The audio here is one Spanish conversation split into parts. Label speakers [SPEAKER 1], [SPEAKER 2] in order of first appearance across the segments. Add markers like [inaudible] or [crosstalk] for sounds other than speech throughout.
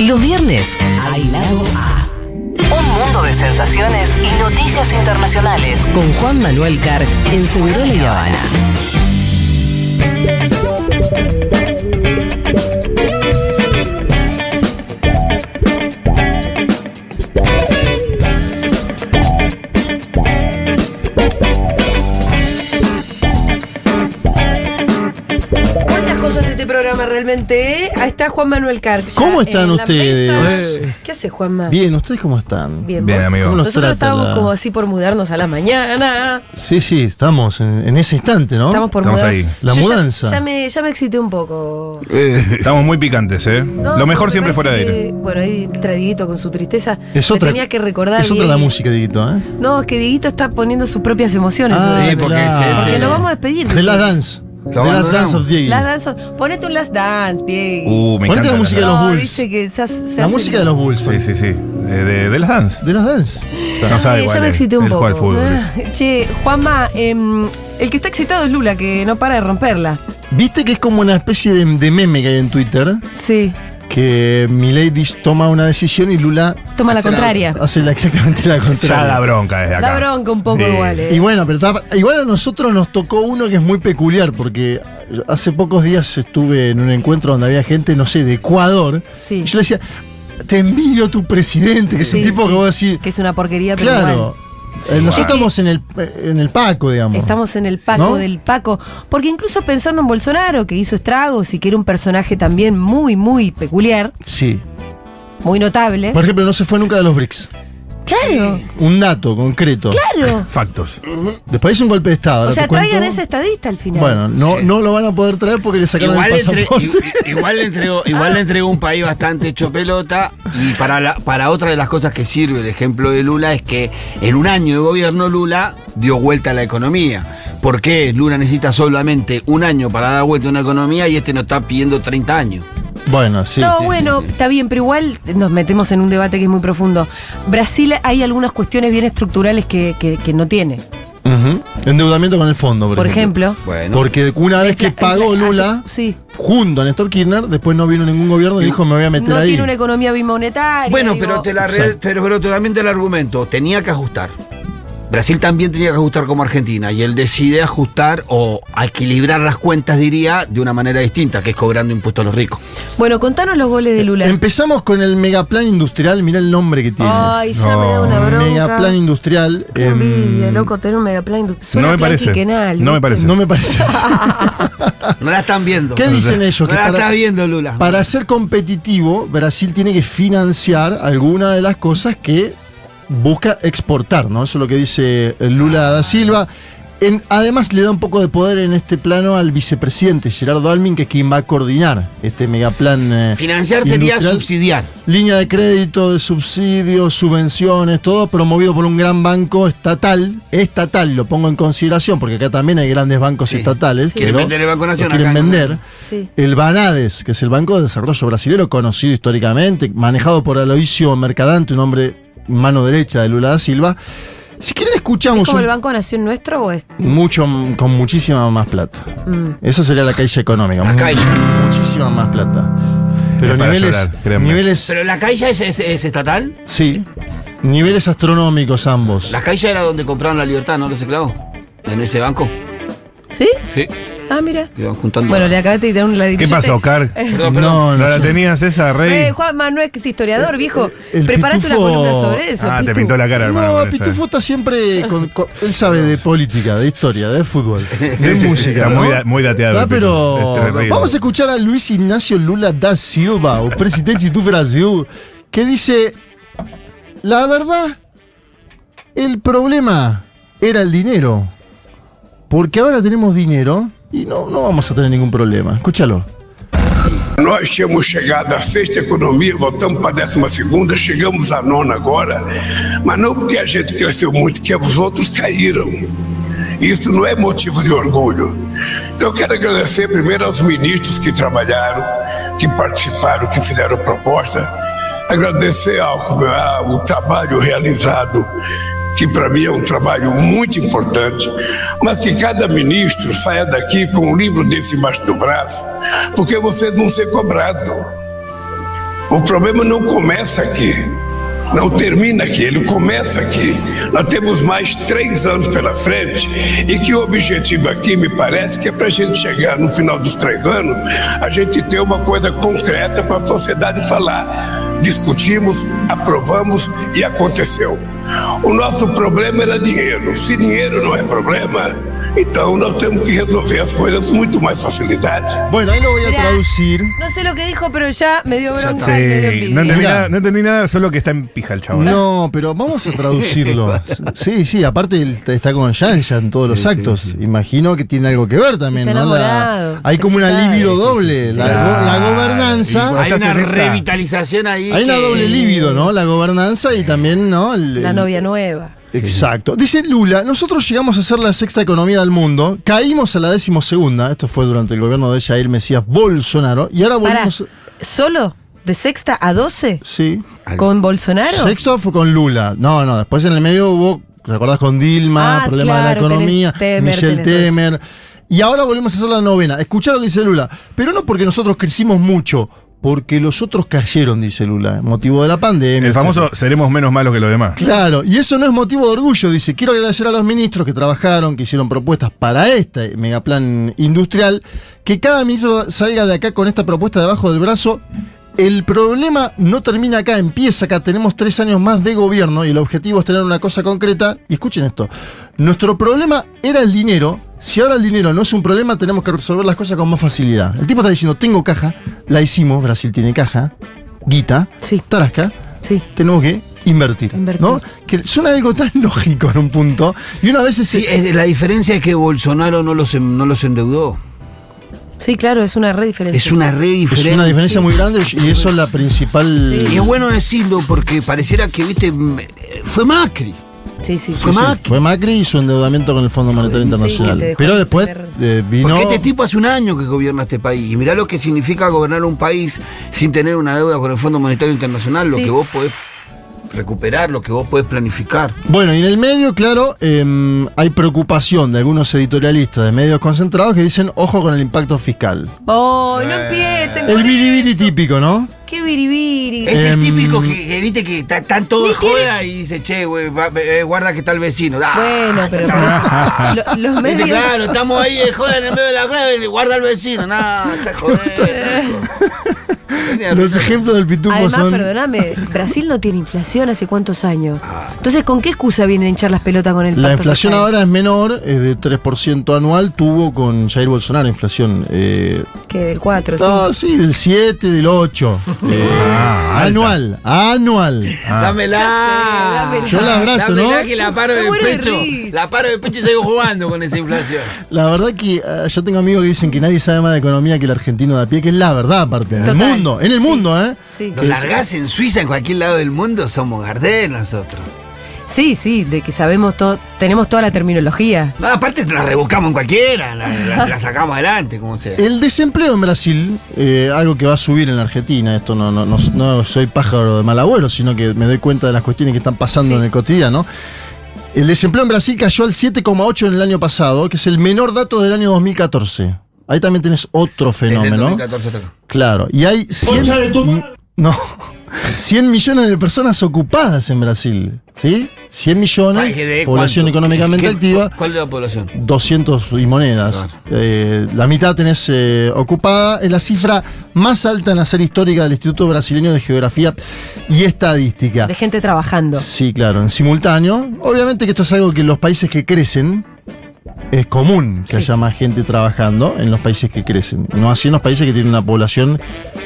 [SPEAKER 1] Los viernes hay Lago A. Un mundo de sensaciones y noticias internacionales. Con Juan Manuel Carr en Segurola y Habana.
[SPEAKER 2] ¿Cuántas cosas este programa realmente? eh? Ahí está Juan Manuel Carr. ya
[SPEAKER 3] ¿Cómo están
[SPEAKER 2] en la
[SPEAKER 3] ustedes?
[SPEAKER 2] mesa. ¿Qué hace Juanma?
[SPEAKER 3] Bien, ¿ustedes cómo están?
[SPEAKER 2] Bien,
[SPEAKER 4] Bien,
[SPEAKER 2] vos.
[SPEAKER 4] amigo.
[SPEAKER 3] ¿Cómo los
[SPEAKER 2] Nosotros
[SPEAKER 3] trata
[SPEAKER 2] estábamos
[SPEAKER 3] la-
[SPEAKER 2] como así por mudarnos a la mañana.
[SPEAKER 3] Sí, sí, estamos en, en ese instante, ¿no?
[SPEAKER 2] Estamos por
[SPEAKER 4] Estamos
[SPEAKER 2] mudarnos.
[SPEAKER 4] ahí.
[SPEAKER 3] ¿Oh? La
[SPEAKER 2] Yo ya-
[SPEAKER 3] mudanza.
[SPEAKER 2] Ya, me, ya me excité un poco.
[SPEAKER 4] Estamos muy picantes, ¿eh?
[SPEAKER 2] No,
[SPEAKER 4] Lo mejor
[SPEAKER 2] me
[SPEAKER 4] siempre fuera de
[SPEAKER 2] parece
[SPEAKER 4] aire.
[SPEAKER 2] que- Bueno, ahí Traguito con su tristeza.
[SPEAKER 3] Es
[SPEAKER 2] Me
[SPEAKER 3] otra,
[SPEAKER 2] tenía que recordar.
[SPEAKER 3] Es otra
[SPEAKER 2] bien.
[SPEAKER 3] la música, Dieguito, ¿eh?
[SPEAKER 2] No, es que Dieguito está poniendo sus propias emociones.
[SPEAKER 3] Ah,
[SPEAKER 2] ¿no?
[SPEAKER 5] sí, porque
[SPEAKER 3] claro.
[SPEAKER 5] se-
[SPEAKER 2] Porque
[SPEAKER 5] sí.
[SPEAKER 2] nos vamos a despedir.
[SPEAKER 3] The Last Dance. The Last
[SPEAKER 5] abandonamos.
[SPEAKER 3] Dance of Diego.
[SPEAKER 2] Las danzas. Ponete un Last Dance, Diego.
[SPEAKER 4] Uh, me
[SPEAKER 3] Ponete
[SPEAKER 4] encanta.
[SPEAKER 3] la música de los
[SPEAKER 2] no,
[SPEAKER 3] Bulls.
[SPEAKER 2] dice que se hace- se
[SPEAKER 3] La
[SPEAKER 2] hace-
[SPEAKER 3] música de los Bulls.
[SPEAKER 4] Sí, sí, sí. Eh, de, de las dance.
[SPEAKER 3] The Last Dance.
[SPEAKER 4] No
[SPEAKER 2] Ya
[SPEAKER 4] sabe
[SPEAKER 2] me-
[SPEAKER 4] cuál
[SPEAKER 2] ya me
[SPEAKER 4] es
[SPEAKER 2] excité un
[SPEAKER 4] el
[SPEAKER 2] poco.
[SPEAKER 4] juego de fútbol.
[SPEAKER 2] Ah, Che, Juanma, em, el que está excitado es Lula, que no para de romperla.
[SPEAKER 3] ¿Viste que es como una especie de, de meme que hay en Twitter?
[SPEAKER 2] Sí,
[SPEAKER 3] Que Milei dis- toma una decisión y Lula
[SPEAKER 2] toma la
[SPEAKER 5] Hace la-
[SPEAKER 2] contraria.
[SPEAKER 3] hace la- exactamente la
[SPEAKER 4] Ya da
[SPEAKER 3] contraria.
[SPEAKER 4] bronca desde acá.
[SPEAKER 2] Da bronca un poco
[SPEAKER 4] Sí.
[SPEAKER 2] igual, eh.
[SPEAKER 3] Y bueno, pero está- igual a nosotros nos tocó uno que es muy peculiar, porque hace pocos días estuve en un encuentro donde había gente, no sé, de Ecuador.
[SPEAKER 2] Sí.
[SPEAKER 3] Y yo le decía, te envidio tu presidente, que es
[SPEAKER 2] Sí,
[SPEAKER 3] un tipo
[SPEAKER 2] sí.
[SPEAKER 3] que vos decís,
[SPEAKER 2] Que es una porquería, pero
[SPEAKER 3] claro, eh,
[SPEAKER 4] Igual.
[SPEAKER 3] nosotros estamos en el, en el Paco, digamos.
[SPEAKER 2] igual. Estamos en el paco
[SPEAKER 3] ¿No?
[SPEAKER 2] del paco. Porque incluso pensando en Bolsonaro, que hizo estragos y que era un personaje también muy, muy peculiar,
[SPEAKER 3] Sí.
[SPEAKER 2] muy notable.
[SPEAKER 3] Por ejemplo, no se fue nunca de los BRICS.
[SPEAKER 2] Claro,
[SPEAKER 3] Un dato concreto.
[SPEAKER 2] claro.
[SPEAKER 4] Factos.
[SPEAKER 3] Después hizo un golpe de Estado.
[SPEAKER 2] O
[SPEAKER 3] ahora
[SPEAKER 2] sea,
[SPEAKER 3] te cuento.
[SPEAKER 2] traigan ese estadista al final.
[SPEAKER 3] Bueno, no,
[SPEAKER 5] Sí.
[SPEAKER 3] no lo van a poder traer porque le sacaron
[SPEAKER 5] Igual,
[SPEAKER 3] el
[SPEAKER 5] entre-
[SPEAKER 3] pasaporte.
[SPEAKER 5] i- igual le entregó, igual le entregó un país bastante hecho pelota y para, la- para otra de las cosas que sirve el ejemplo de Lula es que en un año de gobierno Lula dio vuelta a la economía. ¿Por qué Lula necesita solamente un año para dar vuelta a una economía y este nos está pidiendo 30 años?
[SPEAKER 3] [laughs] Bueno, sí.
[SPEAKER 2] No, bueno, está bien, pero igual nos metemos en un debate que es muy profundo. Brasil hay algunas cuestiones bien estructurales que, que- que no tiene.
[SPEAKER 3] Ujú. Endeudamiento con el fondo, por,
[SPEAKER 2] Por ejemplo,
[SPEAKER 5] Bueno,
[SPEAKER 3] Porque una vez que
[SPEAKER 2] Mezcla-
[SPEAKER 3] pagó
[SPEAKER 2] mezcla-
[SPEAKER 3] Lula,
[SPEAKER 2] hace- sí.
[SPEAKER 3] junto a Néstor Kirchner, después no vino ningún gobierno y dijo me voy a meter
[SPEAKER 2] no
[SPEAKER 3] ahí.
[SPEAKER 2] tiene una economía bimonetaria.
[SPEAKER 5] bueno
[SPEAKER 2] digo,
[SPEAKER 5] pero, te la re-
[SPEAKER 3] Exacto.
[SPEAKER 5] pero, pero te lamento el argumento, tenía que ajustar. Brasil también tenía que ajustar como Argentina y él decide ajustar o equilibrar las cuentas, diría, de una manera distinta, que es cobrando impuestos a los ricos.
[SPEAKER 2] Bueno, contanos los goles de Lula.
[SPEAKER 3] Empezamos con el megaplan industrial, mirá el nombre que tiene.
[SPEAKER 2] Ay, ya me da
[SPEAKER 4] No,
[SPEAKER 2] una bronca.
[SPEAKER 3] megaplan industrial.
[SPEAKER 2] Qué
[SPEAKER 3] em,
[SPEAKER 2] envidia, loco, tener un megaplan. indust- Suena
[SPEAKER 4] no me
[SPEAKER 2] plan
[SPEAKER 4] parece.
[SPEAKER 2] quinquenal,
[SPEAKER 4] No me
[SPEAKER 2] ¿viste?
[SPEAKER 4] parece.
[SPEAKER 3] no
[SPEAKER 2] [laughs]
[SPEAKER 3] me parece.
[SPEAKER 5] No la están viendo.
[SPEAKER 3] ¿Qué dicen ellos?
[SPEAKER 5] No
[SPEAKER 3] Que
[SPEAKER 5] la estás
[SPEAKER 3] para,
[SPEAKER 5] viendo, Lula.
[SPEAKER 3] para ser competitivo, Brasil tiene que financiar alguna de las cosas que busca exportar, ¿no? Eso es lo que dice eh, Lula
[SPEAKER 5] Ah.
[SPEAKER 3] da Silva. En- además, le da un poco de poder en este plano al vicepresidente Gerardo Almin, que es quien va a coordinar este megaplan. eh,
[SPEAKER 5] Financiar sería
[SPEAKER 3] industrial.
[SPEAKER 5] subsidiar.
[SPEAKER 3] Línea de crédito, de subsidios, subvenciones, todo promovido por un gran banco estatal. Estatal, lo pongo en consideración, porque acá también hay grandes bancos
[SPEAKER 5] Sí.
[SPEAKER 3] estatales.
[SPEAKER 5] Sí. Quieren
[SPEAKER 3] pero
[SPEAKER 5] vender el Banco
[SPEAKER 3] lo
[SPEAKER 5] Nación
[SPEAKER 3] Quieren
[SPEAKER 5] acá, ¿no?
[SPEAKER 3] vender.
[SPEAKER 2] Sí.
[SPEAKER 3] El Banades, que es el Banco de Desarrollo Brasilero, conocido históricamente, manejado por Aloisio Mercadante, un hombre mano derecha de Lula da Silva. Si quieren
[SPEAKER 2] ¿Es
[SPEAKER 3] escuchamos
[SPEAKER 2] como
[SPEAKER 3] un-
[SPEAKER 2] el Banco Nación nuestro o este? es?
[SPEAKER 3] mucho con muchísima más plata.
[SPEAKER 2] Mm.
[SPEAKER 3] Esa sería la calle económica.
[SPEAKER 5] La
[SPEAKER 3] mu-
[SPEAKER 5] calle.
[SPEAKER 3] Muchísima más plata. Pero
[SPEAKER 4] Es para
[SPEAKER 3] niveles,
[SPEAKER 4] llorar, créanme.
[SPEAKER 3] niveles
[SPEAKER 5] Pero la calle es, es- es estatal.
[SPEAKER 3] Sí. Niveles astronómicos ambos.
[SPEAKER 5] La calle era donde compraron la libertad, ¿no? Los esclavos. En ese banco.
[SPEAKER 2] ¿Sí?
[SPEAKER 5] Sí.
[SPEAKER 2] Ah, mira.
[SPEAKER 5] Iban juntando.
[SPEAKER 2] Bueno, le acabaste de dar un ladito.
[SPEAKER 4] ¿Qué
[SPEAKER 2] Yo te- [laughs]
[SPEAKER 4] pasó, Car?
[SPEAKER 5] Perdón, perdón.
[SPEAKER 3] No,
[SPEAKER 4] ¿No
[SPEAKER 3] no.
[SPEAKER 4] la
[SPEAKER 3] sé.
[SPEAKER 4] tenías esa, Rey?
[SPEAKER 2] Eh, Juan Manuel, que es historiador, viejo.
[SPEAKER 3] el
[SPEAKER 2] Preparate una
[SPEAKER 3] Pitufo-
[SPEAKER 2] columna sobre eso.
[SPEAKER 4] ah, te
[SPEAKER 2] Pitu.
[SPEAKER 4] pintó la cara, hermano.
[SPEAKER 3] No,
[SPEAKER 4] con esa.
[SPEAKER 3] Pitufo está siempre. con- con- él sabe de política, de historia, de fútbol, de
[SPEAKER 4] Sí, sí, sí,
[SPEAKER 3] música.
[SPEAKER 4] está
[SPEAKER 3] ¿no?
[SPEAKER 4] muy da- muy dateado
[SPEAKER 3] Está,
[SPEAKER 4] el Pitufo,
[SPEAKER 3] pero.
[SPEAKER 4] es terrible.
[SPEAKER 3] Vamos a escuchar a Luis Ignacio Lula da Silva, o presidente do Brasil, que dice: La verdad, el problema era el dinero. Porque ahora tenemos dinero y no, no vamos a tener ningún problema. Escúchalo.
[SPEAKER 6] Nós tínhamos chegado à sexta economia, voltamos para a décima segunda, chegamos à nona agora, mas não porque a gente cresceu muito, que é os outros caíram. Isso não é motivo de orgulho. Então eu quero agradecer primeiro aos ministros que trabalharam, que participaram, que fizeram proposta. Agradecer ao, ao trabalho realizado, que para mim é um trabalho muito importante, mas que cada ministro saia daqui com um livro desse embaixo do braço, porque vocês vão ser cobrados. O problema não começa aqui, não termina aqui, ele começa aqui. Nós temos mais três anos pela frente e que o objetivo aqui, me parece, que é para a gente chegar no final dos três anos, a gente ter uma coisa concreta para a sociedade falar. Discutimos, aprovamos e aconteceu. O nosso problema era dinheiro. Se dinheiro não é problema, então nós temos que resolver as coisas com muito mais facilidade.
[SPEAKER 3] Bueno, ahí lo voy a
[SPEAKER 2] Mirá.
[SPEAKER 3] traducir.
[SPEAKER 2] No sé lo que dijo, pero ya me dio bronca y me dio
[SPEAKER 4] Sí,
[SPEAKER 2] envidia.
[SPEAKER 4] no entendí,
[SPEAKER 3] Mirá.
[SPEAKER 4] nada, no entendí nada, solo que está en pija el chabón.
[SPEAKER 3] No, pero vamos a traducirlo. Sí, sí, aparte él está con Yansha en todos los actos. Imagino que tiene algo que ver también,
[SPEAKER 2] Está
[SPEAKER 3] ¿no? La-
[SPEAKER 2] enamorado.
[SPEAKER 3] hay como una
[SPEAKER 2] Felicidades.
[SPEAKER 3] libido doble. la,
[SPEAKER 4] Claro.
[SPEAKER 3] la gobernanza.
[SPEAKER 4] Y
[SPEAKER 5] Hay
[SPEAKER 4] Estás
[SPEAKER 5] una
[SPEAKER 4] en esa.
[SPEAKER 5] revitalización ahí.
[SPEAKER 3] Hay una
[SPEAKER 5] que-
[SPEAKER 3] doble líbido, ¿no? La gobernanza y también, ¿no? El-
[SPEAKER 2] La
[SPEAKER 3] el-
[SPEAKER 2] novia nueva.
[SPEAKER 3] Exacto. Dice Lula, nosotros llegamos a ser la sexta economía del mundo, caímos a la decimosegunda, esto fue durante el gobierno de Jair Mesías Bolsonaro, y ahora
[SPEAKER 2] Pará,
[SPEAKER 3] volvemos...
[SPEAKER 2] ¿solo? ¿De sexta a doce?
[SPEAKER 3] Sí.
[SPEAKER 2] ¿Con Bolsonaro?
[SPEAKER 3] Sexto fue con Lula. No, no, después en el medio hubo, ¿te acordás con Dilma?
[SPEAKER 2] Ah,
[SPEAKER 3] problema
[SPEAKER 2] claro,
[SPEAKER 3] de la economía,
[SPEAKER 2] tenés Temer,
[SPEAKER 3] Michelle
[SPEAKER 2] tenés todo eso.
[SPEAKER 3] Temer. Y ahora volvemos a hacer la novena. Escuchá lo que dice Lula. Pero no porque nosotros crecimos mucho, porque los otros cayeron, dice Lula, motivo de la pandemia.
[SPEAKER 4] El famoso
[SPEAKER 3] etcétera.
[SPEAKER 4] seremos menos malos que los demás.
[SPEAKER 3] Claro, y eso no es motivo de orgullo, dice. Quiero agradecer a los ministros que trabajaron, que hicieron propuestas para este megaplan industrial. Que cada ministro salga de acá con esta propuesta debajo del brazo. El problema no termina acá, empieza acá. Tenemos tres años más de gobierno y el objetivo es tener una cosa concreta. Y escuchen esto: nuestro problema era el dinero. Si ahora el dinero no es un problema, tenemos que resolver las cosas con más facilidad. El tipo está diciendo: Tengo caja, la hicimos, Brasil tiene caja, guita,
[SPEAKER 2] Sí.
[SPEAKER 3] tarasca
[SPEAKER 2] Sí.
[SPEAKER 3] tenemos que invertir,
[SPEAKER 2] Invertir.
[SPEAKER 3] ¿no? Que suena algo tan [laughs] lógico en un punto. Y una vez
[SPEAKER 5] Sí, es- la diferencia es que Bolsonaro no los, en- no los endeudó.
[SPEAKER 2] Sí, claro, es una red diferente.
[SPEAKER 5] Es una re
[SPEAKER 3] es
[SPEAKER 5] diferencia.
[SPEAKER 3] una diferencia muy grande y eso es la principal...
[SPEAKER 5] Y es bueno decirlo porque pareciera que, viste, mm, fue Macri.
[SPEAKER 2] Sí, sí.
[SPEAKER 5] Fue
[SPEAKER 3] Sí, sí,
[SPEAKER 5] Macri.
[SPEAKER 3] fue Macri y su endeudamiento con el Fondo Monetario
[SPEAKER 2] Sí, que te
[SPEAKER 3] Internacional.
[SPEAKER 2] dejó
[SPEAKER 3] Pero
[SPEAKER 2] de
[SPEAKER 3] después
[SPEAKER 2] tener-
[SPEAKER 3] eh, vino...
[SPEAKER 5] Porque este tipo hace un año que gobierna este país. Y mirá lo que significa gobernar un país sin tener una deuda con el Fondo Monetario Internacional, lo
[SPEAKER 2] Sí.
[SPEAKER 5] que vos podés recuperar, lo que vos podés planificar.
[SPEAKER 3] Bueno, y en el medio, claro, em, hay preocupación de algunos editorialistas de medios concentrados que dicen, ojo con el impacto fiscal.
[SPEAKER 2] Oh, no empiecen con
[SPEAKER 3] Eh, El biribiri
[SPEAKER 2] eso.
[SPEAKER 3] típico, ¿no?
[SPEAKER 2] Qué biribiri.
[SPEAKER 5] Es el
[SPEAKER 3] Em,
[SPEAKER 5] típico que, que viste que está, están todos joda y dice, che, güey, va- eh, guarda que está el vecino. Ah, [laughs]
[SPEAKER 2] Bueno, pero por
[SPEAKER 3] [laughs]
[SPEAKER 2] eso- lo- los
[SPEAKER 5] Viste,
[SPEAKER 2] medios.
[SPEAKER 5] Claro, estamos ahí de joda en el medio de la joda y guarda al vecino. No, está jodido.
[SPEAKER 3] Los
[SPEAKER 5] [laughs]
[SPEAKER 3] ejemplos del pitufo
[SPEAKER 2] Además,
[SPEAKER 3] son...
[SPEAKER 2] perdóname, Brasil no tiene inflación hace cuántos años. Entonces, ¿con qué excusa vienen a hinchar las pelotas con el
[SPEAKER 3] Ah. La
[SPEAKER 2] pacto
[SPEAKER 3] inflación
[SPEAKER 2] fiscal?
[SPEAKER 3] ahora es menor, es de 3% anual, tuvo con Jair Bolsonaro inflación. eh,
[SPEAKER 2] Que del 4,
[SPEAKER 3] no, sí, del 7,
[SPEAKER 2] [laughs]
[SPEAKER 3] del 8. eh,
[SPEAKER 4] Ah, alta.
[SPEAKER 3] anual, anual.
[SPEAKER 5] Dámela.
[SPEAKER 2] Ya sé, dámela.
[SPEAKER 3] Yo la abrazo, ¿no?
[SPEAKER 5] Dámela que la paro
[SPEAKER 2] Me
[SPEAKER 5] del
[SPEAKER 2] muero de
[SPEAKER 5] pecho.
[SPEAKER 2] risa.
[SPEAKER 5] La paro del pecho y sigo jugando con esa inflación.
[SPEAKER 3] La verdad que eh, yo tengo amigos que dicen que nadie sabe más de economía que el argentino de a pie, que es la verdad aparte, en el
[SPEAKER 2] Total.
[SPEAKER 3] mundo, en el
[SPEAKER 2] Sí.
[SPEAKER 3] mundo, ¿eh?
[SPEAKER 2] Sí.
[SPEAKER 5] Nos largás en Suiza, en cualquier lado del mundo, somos Gardel nosotros.
[SPEAKER 2] sí, sí, de que sabemos todo, tenemos toda la terminología.
[SPEAKER 5] No, aparte la rebuscamos en cualquiera, la, la- la sacamos adelante, como sea.
[SPEAKER 3] El desempleo en Brasil, eh, algo que va a subir en la Argentina, esto no, no, no, no soy pájaro de mal agüero, sino que me doy cuenta de las cuestiones que están pasando
[SPEAKER 2] Sí.
[SPEAKER 3] en el cotidiano. El desempleo en Brasil cayó al 7,8 en el año pasado, que es el menor dato del año 2014. Ahí también tenés otro
[SPEAKER 5] Desde el
[SPEAKER 3] fenómeno.
[SPEAKER 5] 2014 hasta acá.
[SPEAKER 3] Claro, y hay 100, no, [laughs] 100 millones de personas ocupadas en Brasil, ¿sí? 100 millones,
[SPEAKER 5] Ay, ¿de
[SPEAKER 3] población
[SPEAKER 5] cuánto?
[SPEAKER 3] económicamente
[SPEAKER 5] ¿Qué-
[SPEAKER 3] activa.
[SPEAKER 5] ¿Cuál es la población?
[SPEAKER 3] 200 y monedas.
[SPEAKER 5] Claro.
[SPEAKER 3] Eh, la mitad tenés eh, ocupada. Es la cifra más alta en la serie histórica del Instituto Brasileño de Geografía y Estadística.
[SPEAKER 2] De gente trabajando.
[SPEAKER 3] Sí, claro, en simultáneo. Obviamente que esto es algo que en los países que crecen es común que
[SPEAKER 2] Sí.
[SPEAKER 3] haya más gente trabajando en los países que crecen. No así en los países que tienen una población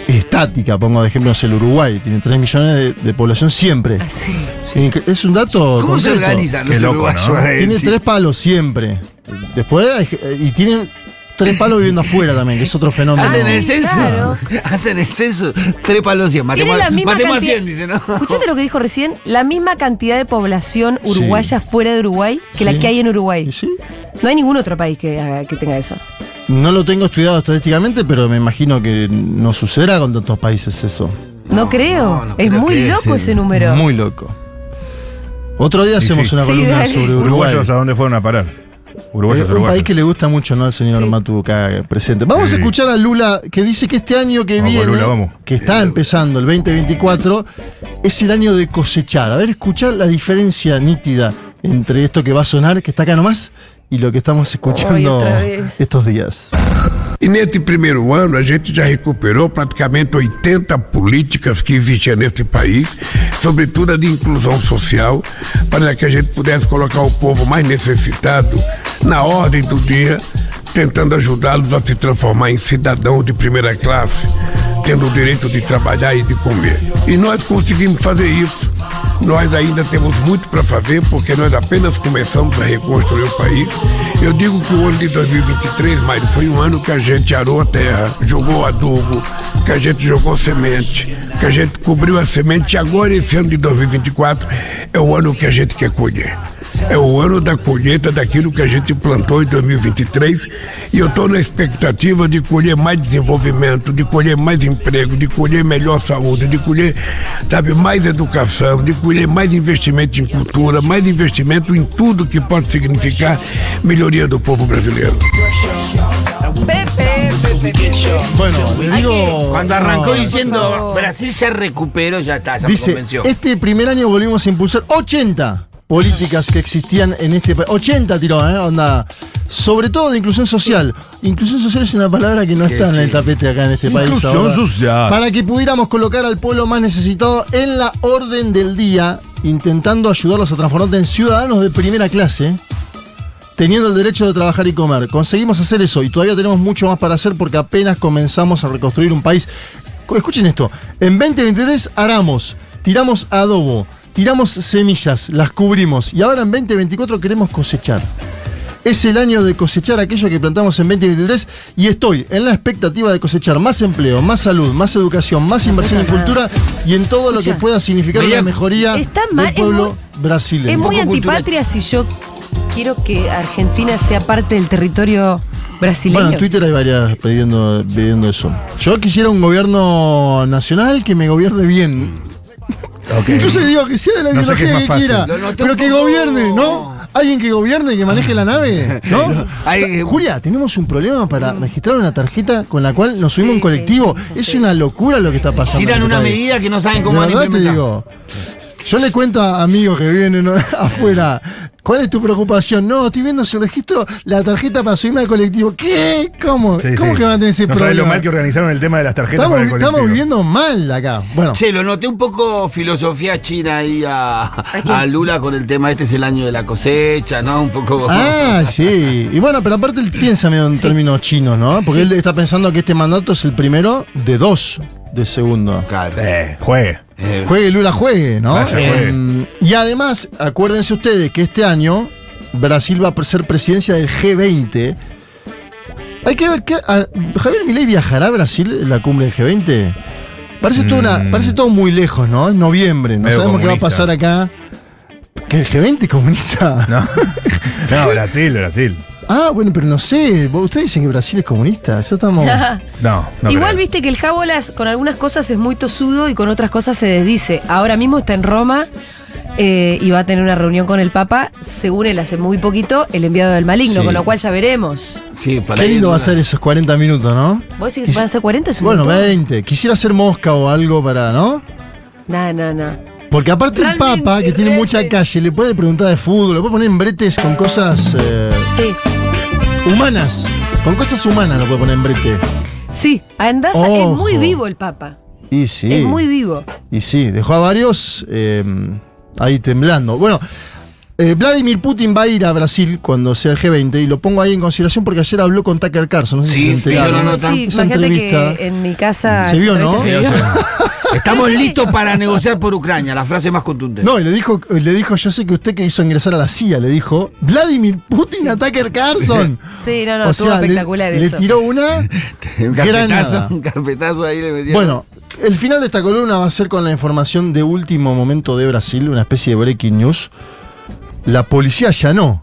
[SPEAKER 3] estática. Pongo de ejemplo no sé, el Uruguay, tiene 3 millones de, de población siempre.
[SPEAKER 2] Así.
[SPEAKER 3] Incre- Es un dato.
[SPEAKER 5] ¿Cómo se
[SPEAKER 3] concreto.
[SPEAKER 5] organizan los
[SPEAKER 4] Qué loco,
[SPEAKER 5] uruguayos?
[SPEAKER 4] ¿no?
[SPEAKER 5] Eh,
[SPEAKER 3] Tiene
[SPEAKER 5] sí.
[SPEAKER 3] tres palos siempre. Después, hay ge- eh, y tienen tres palos viviendo afuera también, que es otro fenómeno.
[SPEAKER 5] Hacen el
[SPEAKER 2] sí,
[SPEAKER 5] censo.
[SPEAKER 2] claro.
[SPEAKER 5] [laughs] Hacen el censo. Tres palos cien.
[SPEAKER 2] Tiene
[SPEAKER 5] Matemos
[SPEAKER 2] la misma
[SPEAKER 5] matemos a
[SPEAKER 2] cantidad-
[SPEAKER 5] cien, dice, ¿no?
[SPEAKER 2] Escuchate lo que dijo recién, la misma cantidad de población
[SPEAKER 3] Sí.
[SPEAKER 2] uruguaya fuera de Uruguay que la
[SPEAKER 3] Sí.
[SPEAKER 2] que hay en
[SPEAKER 3] ¿Y
[SPEAKER 2] Uruguay.
[SPEAKER 3] sí?
[SPEAKER 2] No hay ningún otro país que, haga- que tenga eso.
[SPEAKER 3] No lo tengo estudiado estadísticamente, pero me imagino que no sucederá con tantos países eso.
[SPEAKER 2] No, creo.
[SPEAKER 5] no, no
[SPEAKER 2] es
[SPEAKER 5] creo
[SPEAKER 2] muy
[SPEAKER 5] que
[SPEAKER 2] loco
[SPEAKER 5] ese-
[SPEAKER 2] ese número.
[SPEAKER 3] Muy loco. Otro día
[SPEAKER 4] Sí,
[SPEAKER 3] hacemos
[SPEAKER 4] sí.
[SPEAKER 3] una
[SPEAKER 2] Sí,
[SPEAKER 3] columna
[SPEAKER 2] dale.
[SPEAKER 3] sobre Uruguay.
[SPEAKER 4] Uruguayos a dónde fueron a parar. Uruguay
[SPEAKER 3] Es
[SPEAKER 4] es
[SPEAKER 3] un
[SPEAKER 4] uruguayo.
[SPEAKER 3] país que le gusta mucho, ¿no? El señor
[SPEAKER 2] Sí.
[SPEAKER 3] Matu acá eh, presente. Vamos
[SPEAKER 4] Sí.
[SPEAKER 3] a escuchar a Lula que dice que este año que
[SPEAKER 4] Vamos,
[SPEAKER 3] viene,
[SPEAKER 4] Lula, vamos. Eh,
[SPEAKER 3] que está empezando el 2024, es el año de cosechar. A ver, escuchar la diferencia nítida entre esto que va a sonar, que está acá nomás, y lo que estamos escuchando
[SPEAKER 2] otra vez.
[SPEAKER 3] estos días.
[SPEAKER 6] E nesse primeiro ano, a gente já recuperou praticamente 80 políticas que existiam neste país, sobretudo a de inclusão social, para que a gente pudesse colocar o povo mais necessitado na ordem do dia, tentando ajudá-los a se transformar em cidadão de primeira classe, tendo o direito de trabalhar e de comer. E nós conseguimos fazer isso. Nós ainda temos muito para fazer, porque nós apenas começamos a reconstruir o país. Eu digo que o ano de 2023, Mário, foi um ano que a gente arou a terra, jogou adubo, que a gente jogou semente, que a gente cobriu a semente. E agora, esse ano de 2024, é o ano que a gente quer colher. É o ano da colheita daquilo que a gente plantou em 2023 e eu estou na expectativa de colher mais desenvolvimento, de colher mais emprego, de colher melhor saúde, de colher, sabe, mais educação, de colher mais investimento em cultura, mais investimento em tudo que pode significar melhoria do povo brasileiro.
[SPEAKER 2] Pepe, Pepe,
[SPEAKER 3] Bueno, le digo.
[SPEAKER 5] Cuando arrancó
[SPEAKER 3] no,
[SPEAKER 2] por
[SPEAKER 5] diciendo
[SPEAKER 2] favor.
[SPEAKER 5] Brasil se recuperó, ya está, ya me
[SPEAKER 3] Dice,
[SPEAKER 5] convenció.
[SPEAKER 3] este primer año volvimos a impulsar 80 políticas que existían en este país. 80 tiró, ¿eh? Onda. Sobre todo de inclusión social. Inclusión social es una palabra que no está en el tapete acá en este país
[SPEAKER 4] Inclusión
[SPEAKER 3] ahora.
[SPEAKER 4] social.
[SPEAKER 3] Para que pudiéramos colocar al pueblo más necesitado en la orden del día, intentando ayudarlos a transformarse en ciudadanos de primera clase teniendo el derecho de trabajar y comer. Conseguimos hacer eso y todavía tenemos mucho más para hacer porque apenas comenzamos a reconstruir un país. Co- Escuchen esto, en 2023 aramos, tiramos adobo, tiramos semillas, las cubrimos y ahora en 2024 queremos cosechar. Es el año de cosechar aquello que plantamos en 2023 y estoy en la expectativa de cosechar más empleo, más salud, más educación, más inversión en cultura y en todo lo que
[SPEAKER 2] Escucha.
[SPEAKER 3] pueda significar
[SPEAKER 5] Mira,
[SPEAKER 3] una mejoría
[SPEAKER 2] está mal,
[SPEAKER 3] del
[SPEAKER 2] es
[SPEAKER 3] pueblo brasileño.
[SPEAKER 2] Es muy
[SPEAKER 5] poco cultural.
[SPEAKER 2] antipatria si yo quiero que Argentina sea parte del territorio brasileño.
[SPEAKER 3] Bueno,
[SPEAKER 2] [laughs]
[SPEAKER 3] en Twitter hay varias pidiendo, pidiendo eso. Yo quisiera un gobierno nacional que me gobierne
[SPEAKER 5] [laughs]
[SPEAKER 3] bien. Incluso digo que sea de la
[SPEAKER 4] No sé qué es
[SPEAKER 3] ideología
[SPEAKER 4] más
[SPEAKER 3] que
[SPEAKER 4] fácil.
[SPEAKER 3] quiera,
[SPEAKER 5] Lo noté
[SPEAKER 3] pero
[SPEAKER 5] un
[SPEAKER 3] que
[SPEAKER 5] poco-
[SPEAKER 3] gobierne, ¿no? Alguien que gobierne, que maneje la
[SPEAKER 5] [laughs]
[SPEAKER 3] nave, ¿no?
[SPEAKER 5] Hay-
[SPEAKER 3] O sea, Julia, tenemos un problema para registrar una tarjeta con la cual nos subimos a
[SPEAKER 2] Mm.
[SPEAKER 3] un
[SPEAKER 2] Sí,
[SPEAKER 3] colectivo.
[SPEAKER 2] sí, sí,
[SPEAKER 3] es
[SPEAKER 2] sí.
[SPEAKER 3] una locura lo que está pasando. en
[SPEAKER 5] Tiran
[SPEAKER 3] este
[SPEAKER 5] una
[SPEAKER 3] país.
[SPEAKER 5] medida que no saben
[SPEAKER 3] De
[SPEAKER 5] cómo van a
[SPEAKER 3] verdad te
[SPEAKER 5] implementar.
[SPEAKER 3] digo. Yo le cuento a amigos que viven en- [laughs] afuera. ¿Cuál es tu preocupación? No, estoy viendo si registro la tarjeta para subirme al colectivo. ¿Qué? ¿Cómo?
[SPEAKER 4] Sí,
[SPEAKER 3] ¿Cómo
[SPEAKER 4] sí.
[SPEAKER 3] que van a tener ese
[SPEAKER 4] no sabés
[SPEAKER 3] problema?
[SPEAKER 4] lo mal que organizaron el tema de las tarjetas
[SPEAKER 3] estamos,
[SPEAKER 4] para el colectivo.
[SPEAKER 3] estamos viviendo mal acá. Bueno,
[SPEAKER 5] Che, lo noté un poco filosofía china ahí a,
[SPEAKER 3] [laughs]
[SPEAKER 2] quién?
[SPEAKER 5] a Lula con el tema, este es el año de la cosecha, ¿no? Un poco...
[SPEAKER 3] Ah, sí. Y bueno, pero aparte él piensa medio en términos chinos, ¿no? Porque él está pensando que este mandato es el primero de dos de segundo.
[SPEAKER 5] Claro.
[SPEAKER 4] Eh, juegue.
[SPEAKER 5] Eh,
[SPEAKER 3] Juegue Lula, juegue, ¿no?
[SPEAKER 4] Vaya, juegue.
[SPEAKER 3] Em, y además, acuérdense ustedes que este año Brasil va a ser presidencia del G20. Hay que ver que Javier Milei viajará a Brasil en la cumbre del G20. Parece, todo una-
[SPEAKER 4] Mm.
[SPEAKER 3] parece todo muy lejos, ¿no? En noviembre. No
[SPEAKER 4] Medio
[SPEAKER 3] sabemos qué va a
[SPEAKER 4] comunista.
[SPEAKER 3] pasar acá. ¿Que el G20 comunista?
[SPEAKER 4] No. no, Brasil, Brasil.
[SPEAKER 3] Ah, bueno, pero no sé. Vos- Ustedes dicen que Brasil es comunista.
[SPEAKER 2] [laughs]
[SPEAKER 3] Ya estamos.
[SPEAKER 4] No, no.
[SPEAKER 2] Igual
[SPEAKER 4] creo.
[SPEAKER 2] viste que el Jábolas con algunas cosas es muy tosudo y con otras cosas se desdice. Ahora mismo está en Roma eh, y va a tener una reunión con el Papa, según él hace muy poquito, el enviado del maligno,
[SPEAKER 3] Sí.
[SPEAKER 2] con lo cual ya veremos.
[SPEAKER 5] sí, para
[SPEAKER 3] Qué
[SPEAKER 5] ir
[SPEAKER 3] lindo va a
[SPEAKER 5] una-
[SPEAKER 3] estar esos 40 minutos, ¿no?
[SPEAKER 2] ¿Vos decís que se
[SPEAKER 3] Quis-
[SPEAKER 2] van a hacer 40? Es un
[SPEAKER 3] Bueno,
[SPEAKER 2] montón.
[SPEAKER 3] 20. Quisiera hacer Mosca o algo para, ¿no?
[SPEAKER 2] No, no, no.
[SPEAKER 3] Porque aparte el
[SPEAKER 2] Realmente,
[SPEAKER 3] Papa, que tiene
[SPEAKER 2] realmente.
[SPEAKER 3] mucha calle, le puede preguntar de fútbol, le puede poner en bretes con cosas eh,
[SPEAKER 2] Sí.
[SPEAKER 3] humanas. Con cosas humanas lo puede poner en brete.
[SPEAKER 2] Sí, andás, es
[SPEAKER 3] Ojo.
[SPEAKER 2] muy vivo el Papa.
[SPEAKER 3] Y sí.
[SPEAKER 2] Es muy vivo.
[SPEAKER 3] Y sí, dejó a varios eh, ahí temblando. Bueno, eh, Vladimir Putin va a ir a Brasil cuando sea el G20 y lo pongo ahí en consideración porque ayer habló con Tucker Carlson. No sé si
[SPEAKER 5] Sí,
[SPEAKER 3] se enteraron.
[SPEAKER 5] pero no, no,
[SPEAKER 2] sí,
[SPEAKER 3] Esa
[SPEAKER 2] imagínate
[SPEAKER 3] entrevista-
[SPEAKER 2] que en mi casa.
[SPEAKER 3] Se vio,
[SPEAKER 2] esa
[SPEAKER 3] ¿no?
[SPEAKER 2] entrevista se vio.
[SPEAKER 5] [laughs] Estamos listos para negociar por Ucrania, la frase más
[SPEAKER 3] [laughs]
[SPEAKER 5] contundente.
[SPEAKER 3] No, y le dijo, le dijo, yo sé que usted que hizo ingresar a la CIA, le dijo, Vladimir Putin a Tucker Carlson.
[SPEAKER 2] Sí, no, no,
[SPEAKER 3] o
[SPEAKER 2] estuvo
[SPEAKER 3] sea, le-
[SPEAKER 2] espectacular
[SPEAKER 3] le,
[SPEAKER 2] eso.
[SPEAKER 3] tiró una.
[SPEAKER 5] [laughs] un
[SPEAKER 3] granada.
[SPEAKER 5] carpetazo, [laughs] un carpetazo ahí le metieron.
[SPEAKER 3] Bueno, el final de esta columna va a ser con la información de último momento de Brasil, una especie de breaking news. La policía allanó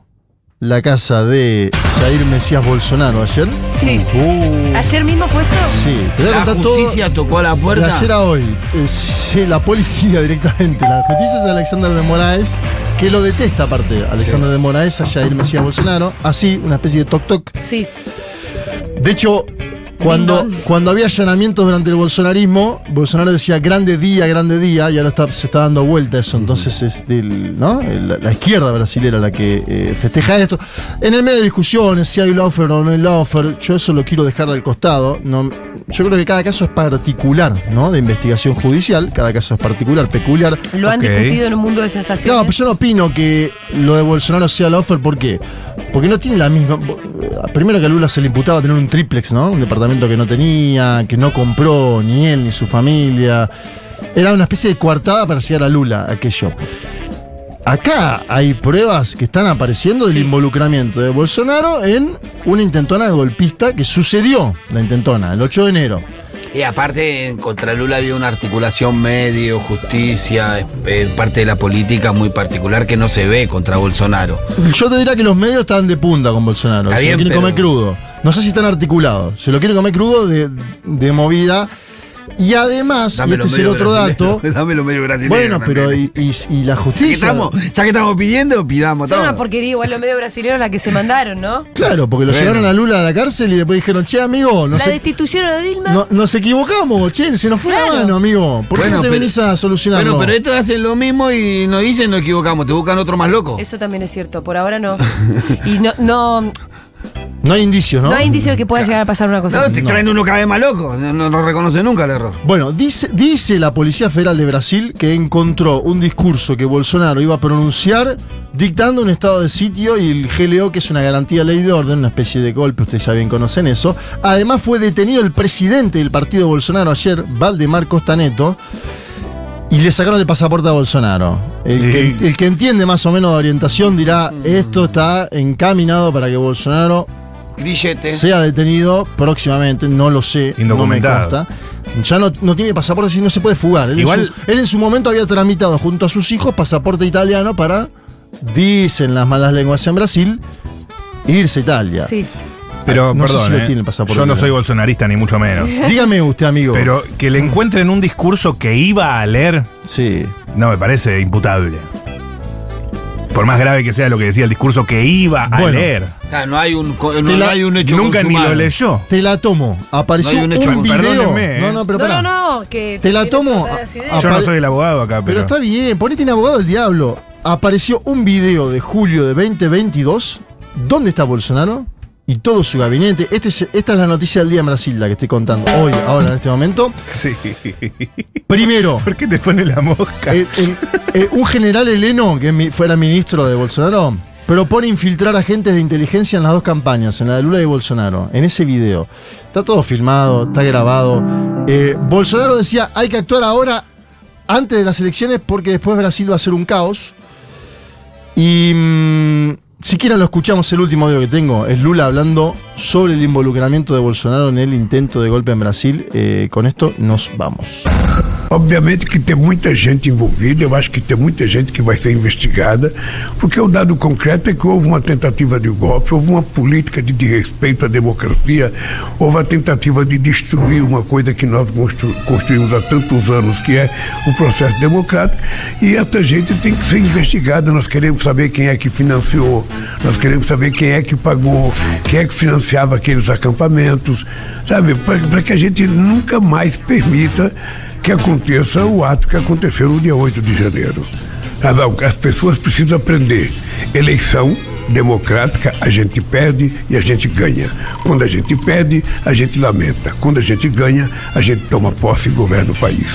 [SPEAKER 3] la casa de Jair Mesías Bolsonaro ayer.
[SPEAKER 2] Sí.
[SPEAKER 3] Uh,
[SPEAKER 2] ¿Ayer mismo fue esto?
[SPEAKER 3] sí, te voy a
[SPEAKER 5] La
[SPEAKER 3] contar todo.
[SPEAKER 5] justicia tocó a la
[SPEAKER 3] De
[SPEAKER 5] puerta.
[SPEAKER 3] ayer a hoy, Eh, sí, la policía [laughs] directamente, la justicia es de Alexander de Moraes, que lo detesta aparte, Alexander de Moraes a Jair Mesías Bolsonaro, así, una especie de toc-toc.
[SPEAKER 2] Sí.
[SPEAKER 3] De hecho, cuando,
[SPEAKER 2] Ding dong.
[SPEAKER 3] cuando había allanamientos durante el bolsonarismo, Bolsonaro decía grande día, grande día, y ahora está, se está dando vuelta eso. Entonces es del, ¿no? la, la izquierda brasilera la que eh, festeja esto. En el medio de discusiones, si hay lawfare o no hay lawfare, yo eso lo quiero dejar al costado. No, yo creo que cada caso es particular, ¿no? De investigación judicial, cada caso es particular, peculiar.
[SPEAKER 2] Lo han
[SPEAKER 4] Ok.
[SPEAKER 2] discutido en un mundo de sensaciones.
[SPEAKER 3] Claro, pero yo no opino que lo de Bolsonaro sea la offer, ¿por qué? Porque no tiene la misma. eh, Primero que a Lula se le imputaba tener un triplex, ¿no? Un departamento que no tenía, que no compró ni él ni su familia. Era una especie de coartada para llegar a Lula, aquello. Acá hay pruebas que están apareciendo del
[SPEAKER 2] Sí.
[SPEAKER 3] involucramiento de Bolsonaro en una intentona golpista que sucedió, la intentona, el 8 de enero.
[SPEAKER 5] Y aparte, en contra Lula había una articulación medio, justicia, es- eh, parte de la política muy particular que no se ve contra Bolsonaro.
[SPEAKER 3] Yo te diría que los medios están de punta con Bolsonaro.
[SPEAKER 5] Está
[SPEAKER 3] se
[SPEAKER 5] bien,
[SPEAKER 3] lo quieren
[SPEAKER 5] pero-
[SPEAKER 3] comer crudo. No sé si están articulados. Se lo quieren comer crudo de, de movida. Y además, y este
[SPEAKER 5] los
[SPEAKER 3] es el
[SPEAKER 5] medios
[SPEAKER 3] otro
[SPEAKER 5] brasileños, [laughs]
[SPEAKER 3] dato.
[SPEAKER 5] Dámelo medio brasileño.
[SPEAKER 3] Bueno, pero
[SPEAKER 5] también.
[SPEAKER 3] y, y- y la
[SPEAKER 5] Ya que,
[SPEAKER 3] justicia.
[SPEAKER 5] estamos, ya que estamos pidiendo, pidamos
[SPEAKER 2] Son una
[SPEAKER 5] todo.
[SPEAKER 2] porquería igual los medios brasileños la que se mandaron, ¿no?
[SPEAKER 3] Claro, porque lo
[SPEAKER 5] Bueno.
[SPEAKER 3] llevaron a Lula a la cárcel y después dijeron, che, amigo,
[SPEAKER 2] la
[SPEAKER 3] nos, e-
[SPEAKER 2] destituyeron a Dilma.
[SPEAKER 3] no- nos equivocamos, che, se nos fue
[SPEAKER 2] Claro.
[SPEAKER 3] la mano, amigo. ¿Por qué
[SPEAKER 5] Bueno,
[SPEAKER 3] no te
[SPEAKER 5] pero-
[SPEAKER 3] venís a solucionarlo?
[SPEAKER 5] Bueno, pero estos hacen lo mismo y nos dicen nos equivocamos, te buscan otro más loco.
[SPEAKER 2] Eso también es cierto, por ahora
[SPEAKER 3] [laughs]
[SPEAKER 2] no. Y no, no, no,
[SPEAKER 3] No hay indicios, ¿no?
[SPEAKER 2] hay indicio de que pueda llegar a pasar una cosa
[SPEAKER 5] No,
[SPEAKER 2] así.
[SPEAKER 5] te traen uno cada vez más loco, no, no, no reconoce nunca el error.
[SPEAKER 3] Bueno, dice, dice la Policía Federal de Brasil que encontró un discurso que Bolsonaro iba a pronunciar dictando un estado de sitio y el GLO, que es una garantía de ley de orden, una especie de golpe, ustedes ya bien conocen eso. Además fue detenido el presidente del partido de Bolsonaro ayer, Valdemar Costaneto, y le sacaron el pasaporte a Bolsonaro. El que,
[SPEAKER 4] Sí.
[SPEAKER 3] el que entiende más o menos de orientación dirá, esto está encaminado para que Bolsonaro
[SPEAKER 5] Grillete.
[SPEAKER 4] Este.
[SPEAKER 3] sea detenido próximamente, no lo sé.
[SPEAKER 4] Indocumentado.
[SPEAKER 3] No me consta. ya no, no tiene pasaporte, así no se puede fugar. Él, en
[SPEAKER 4] Igual-
[SPEAKER 3] su, él en su momento había tramitado junto a sus hijos pasaporte italiano para, dicen las malas lenguas en Brasil, irse a Italia.
[SPEAKER 2] Sí.
[SPEAKER 4] Pero,
[SPEAKER 3] Ah, No sé
[SPEAKER 4] perdón,
[SPEAKER 3] si lo
[SPEAKER 4] eh,
[SPEAKER 3] tiene el pasaporte
[SPEAKER 4] yo no
[SPEAKER 3] libre.
[SPEAKER 4] soy bolsonarista ni mucho
[SPEAKER 3] [laughs]
[SPEAKER 4] menos.
[SPEAKER 3] Dígame usted, amigo.
[SPEAKER 4] Pero que le encuentren un discurso que iba a leer,
[SPEAKER 3] Sí.
[SPEAKER 4] no me parece imputable. Por más grave que sea lo que decía el discurso que iba a
[SPEAKER 3] Bueno.
[SPEAKER 4] leer.
[SPEAKER 5] Ah, no, hay un, co- no,
[SPEAKER 3] Te la-
[SPEAKER 5] no hay un hecho
[SPEAKER 4] Nunca ni
[SPEAKER 5] consumado.
[SPEAKER 4] lo leyó.
[SPEAKER 3] Te la tomo. Apareció
[SPEAKER 5] No hay
[SPEAKER 3] un,
[SPEAKER 5] un hecho-
[SPEAKER 3] video.
[SPEAKER 4] Perdónenme, eh.
[SPEAKER 3] No, no, pero
[SPEAKER 2] No,
[SPEAKER 3] pará.
[SPEAKER 2] no, no, que
[SPEAKER 3] Te la
[SPEAKER 2] tienen
[SPEAKER 3] tomo
[SPEAKER 2] todas las ideas.
[SPEAKER 3] a- a-
[SPEAKER 4] Yo no
[SPEAKER 3] Apare-
[SPEAKER 4] soy el abogado acá,
[SPEAKER 3] Ah, Pero
[SPEAKER 4] pero.
[SPEAKER 3] está bien, ponete en abogado del diablo. Apareció un video de julio de 2022. ¿Dónde está Bolsonaro? Y todo su gabinete. Este es- esta es la noticia del día en Brasil, la que estoy contando hoy, ahora, en este momento.
[SPEAKER 4] [laughs] Sí.
[SPEAKER 3] Primero,
[SPEAKER 4] ¿Por qué te pone la mosca?
[SPEAKER 3] el- el- eh, un general heleno, que mi- fuera ministro de Bolsonaro, propone infiltrar agentes de inteligencia en las dos campañas, en la de Lula y de Bolsonaro, en ese video. Está todo filmado, está grabado. Eh, Bolsonaro decía, hay que actuar ahora, antes de las elecciones, porque después Brasil va a ser un caos. Y mm, si quieren lo escuchamos, el último audio que tengo es Lula hablando sobre el involucramiento de Bolsonaro en el intento de golpe en Brasil. Eh, con esto nos vamos.
[SPEAKER 6] Obviamente que tem muita gente envolvida, eu acho que tem muita gente que vai ser investigada, porque o dado concreto é que houve uma tentativa de golpe, houve uma política de desrespeito à democracia, houve a tentativa de destruir uma coisa que nós constru- construímos há tantos anos, que é o processo democrático, e essa gente tem que ser investigada. Nós queremos saber quem é que financiou, nós queremos saber quem é que pagou, quem é que financiava aqueles acampamentos, sabe? Para que a gente nunca mais permita que aconteça o ato que aconteceu no dia 8 de janeiro. Sabe, As pessoas precisam aprender. Eleição democrática, a gente perde e a gente ganha. Quando a gente perde, a gente lamenta. Quando a gente ganha, a gente toma posse e governa o país.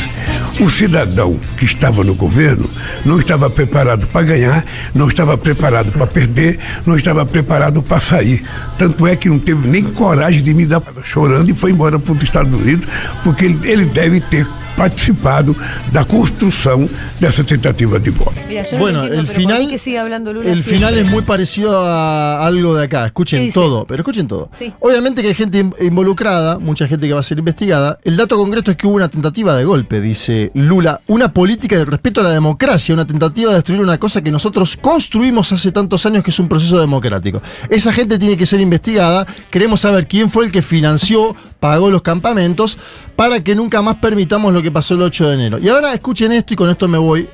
[SPEAKER 6] O cidadão que estava no governo não estava preparado para ganhar, não estava preparado para perder, não estava preparado para sair. Tanto é que não teve nem coragem de me dar chorando e foi embora para os Estados Unidos, porque ele, ele deve ter participado da construção dessa tentativa de golpe.
[SPEAKER 2] Mira, yo
[SPEAKER 3] Bueno,
[SPEAKER 2] no lo entiendo,
[SPEAKER 3] el
[SPEAKER 2] pero por
[SPEAKER 3] final-
[SPEAKER 2] mí que siga hablando Lula.
[SPEAKER 3] El
[SPEAKER 2] así
[SPEAKER 3] final es muy parecido a algo de acá.
[SPEAKER 2] ¿Qué
[SPEAKER 3] Escuchen
[SPEAKER 2] dice?
[SPEAKER 3] todo, pero escuchen todo.
[SPEAKER 2] Sí.
[SPEAKER 3] Obviamente que hay gente in- involucrada, mucha gente que va a ser investigada. El dato concreto es que hubo una tentativa de golpe, dice Lula. Una política de respeto a la democracia, una tentativa de destruir una cosa que nosotros construimos hace tantos años que es un proceso democrático. Esa gente tiene que ser investigada. Queremos saber quién fue el que financió, pagó los campamentos, para que nunca más permitamos lo que pasó el 8 de enero. Y ahora escuchen esto y con esto me voy.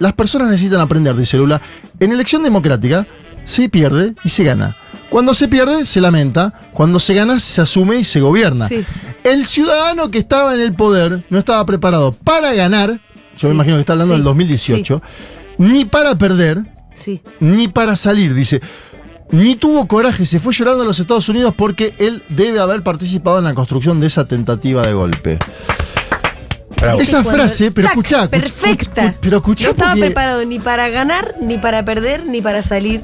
[SPEAKER 3] Las personas necesitan aprender, dice Lula. En elección democrática se pierde y se gana. Cuando se pierde, se lamenta. Cuando se gana, se asume y se gobierna.
[SPEAKER 2] Sí.
[SPEAKER 3] El ciudadano que estaba en el poder no estaba preparado para ganar, yo
[SPEAKER 2] Sí,
[SPEAKER 3] me imagino que está hablando
[SPEAKER 2] sí,
[SPEAKER 3] del 2018, ni para perder,
[SPEAKER 2] Sí.
[SPEAKER 3] ni para salir, dice. Ni tuvo coraje, se fue llorando a los Estados Unidos porque él debe haber participado en la construcción de esa tentativa de golpe.
[SPEAKER 4] Bravo.
[SPEAKER 3] Esa
[SPEAKER 2] Cuando-
[SPEAKER 3] frase, pero
[SPEAKER 2] ¡Tac!
[SPEAKER 3] escuchá. escuchá,
[SPEAKER 2] Perfecta.
[SPEAKER 3] escuchá, Pero escuchá
[SPEAKER 2] No estaba
[SPEAKER 3] porque-
[SPEAKER 2] preparado ni para ganar, ni para perder, ni para salir.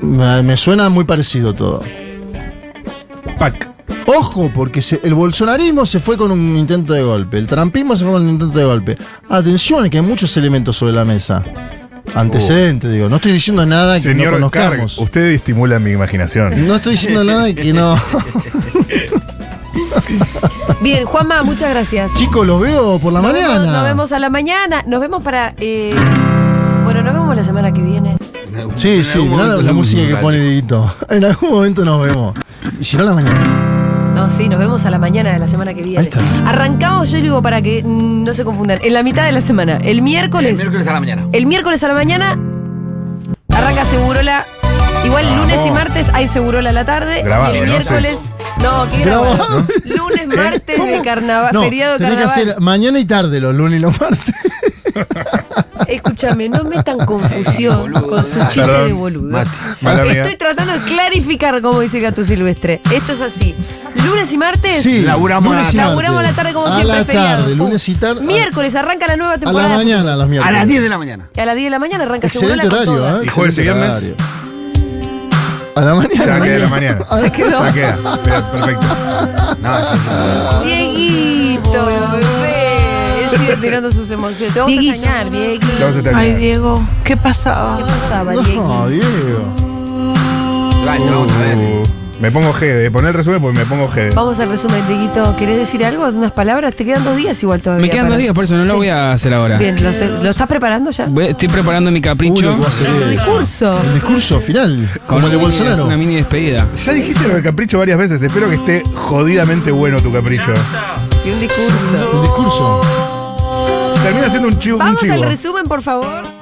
[SPEAKER 3] Me me suena muy parecido todo.
[SPEAKER 4] Pac.
[SPEAKER 3] Ojo, porque se- el bolsonarismo se fue con un intento de golpe, el trampismo se fue con un intento de golpe. Atención, que hay muchos elementos sobre la mesa. Antecedentes,
[SPEAKER 5] Oh.
[SPEAKER 3] digo. No estoy diciendo nada que no
[SPEAKER 4] Señor Carg,
[SPEAKER 3] conozcamos.
[SPEAKER 4] usted estimula mi imaginación.
[SPEAKER 3] No estoy diciendo nada que
[SPEAKER 5] [laughs]
[SPEAKER 3] no.
[SPEAKER 2] Bien, Juanma, muchas gracias.
[SPEAKER 3] Chicos, los veo por la
[SPEAKER 2] nos
[SPEAKER 3] mañana.
[SPEAKER 2] Vemos, nos vemos a la mañana. Nos vemos para. eh, bueno, nos vemos la semana que viene.
[SPEAKER 3] Sí, sí, mirá la, la música que pone Didito. [laughs] En algún momento nos vemos. Y si no, la mañana.
[SPEAKER 2] No, sí, nos vemos a la mañana de la semana que viene.
[SPEAKER 3] Ahí está.
[SPEAKER 2] Arrancamos, yo digo, para que mm, no se confundan. En la mitad de la semana, el miércoles.
[SPEAKER 5] El miércoles a la mañana.
[SPEAKER 2] El miércoles a la mañana arranca Segurola. Igual lunes y martes hay Segurola a la tarde.
[SPEAKER 4] Grabado,
[SPEAKER 2] y el
[SPEAKER 4] ¿no?
[SPEAKER 2] miércoles. No, que
[SPEAKER 3] Grabado.
[SPEAKER 2] grabado. Lunes, martes de carnaval,
[SPEAKER 3] ¿Eh? No,
[SPEAKER 2] feriado de
[SPEAKER 3] tenés que
[SPEAKER 2] carnaval.
[SPEAKER 3] hacer mañana y tarde, los lunes y los martes.
[SPEAKER 2] Escúchame, no metan confusión
[SPEAKER 5] Boludo.
[SPEAKER 2] con su chiste
[SPEAKER 4] Perdón.
[SPEAKER 2] de boludo.
[SPEAKER 5] Mati,
[SPEAKER 4] mala mía.
[SPEAKER 2] Estoy tratando de clarificar, como dice el gato silvestre. Esto es así. Lunes y martes.
[SPEAKER 3] Sí,
[SPEAKER 5] Laburamos
[SPEAKER 3] lunes
[SPEAKER 5] a la
[SPEAKER 3] y
[SPEAKER 5] tarde.
[SPEAKER 2] Laburamos a la tarde como
[SPEAKER 3] a
[SPEAKER 2] siempre,
[SPEAKER 3] la
[SPEAKER 2] feriado.
[SPEAKER 3] tarde,
[SPEAKER 2] Pum.
[SPEAKER 3] lunes y tarde.
[SPEAKER 2] Miércoles arranca la nueva
[SPEAKER 3] A la
[SPEAKER 2] temporada.
[SPEAKER 3] mañana, a las
[SPEAKER 5] A
[SPEAKER 3] miércoles.
[SPEAKER 5] las 10 de la mañana.
[SPEAKER 2] A las 10 de la mañana arranca
[SPEAKER 3] Excelente
[SPEAKER 2] Segurola con
[SPEAKER 3] horario,
[SPEAKER 2] todas.
[SPEAKER 3] ¿eh?
[SPEAKER 4] ¿Y jueves y
[SPEAKER 3] Excelente
[SPEAKER 4] viernes?
[SPEAKER 3] horario. A la mañana. [laughs]
[SPEAKER 4] Ya queda la mañana.
[SPEAKER 2] Se quedó.
[SPEAKER 4] Ya queda. Pero, Perfecto.
[SPEAKER 5] No, eso sí.
[SPEAKER 3] ¿eh?
[SPEAKER 2] Dieguito, bebé. Él sigue tirando sus emociones. Te vamos a extrañar, Dieguito.
[SPEAKER 4] Vamos a
[SPEAKER 7] Ay,
[SPEAKER 4] terminar.
[SPEAKER 7] Diego, ¿qué pasaba?
[SPEAKER 2] ¿Qué pasaba,
[SPEAKER 3] No,
[SPEAKER 2] Dieguito?
[SPEAKER 3] Diego.
[SPEAKER 5] Ay, te vamos a ver.
[SPEAKER 4] Uh, me pongo G, de poner el resumen porque me pongo G.
[SPEAKER 2] Vamos al resumen, Dieguito. ¿Querés decir algo? ¿Unas palabras? Te quedan dos días igual todavía.
[SPEAKER 8] Me quedan
[SPEAKER 2] para-
[SPEAKER 8] dos días, por eso no lo
[SPEAKER 2] Sí.
[SPEAKER 8] voy a hacer ahora.
[SPEAKER 2] Bien, ¿lo, se- lo estás preparando ya?
[SPEAKER 8] Voy- estoy preparando mi capricho.
[SPEAKER 3] Uy, lo que va a hacer
[SPEAKER 2] Tu
[SPEAKER 3] es-
[SPEAKER 2] discurso.
[SPEAKER 3] El discurso final, como el de
[SPEAKER 8] una-
[SPEAKER 3] Bolsonaro.
[SPEAKER 8] Una mini despedida.
[SPEAKER 4] Ya dijiste lo de capricho varias veces, espero que esté jodidamente bueno tu capricho.
[SPEAKER 2] Y un discurso.
[SPEAKER 3] El discurso.
[SPEAKER 4] Termina siendo un chivo. un
[SPEAKER 2] Vamos al
[SPEAKER 4] chivo.
[SPEAKER 2] resumen, por favor.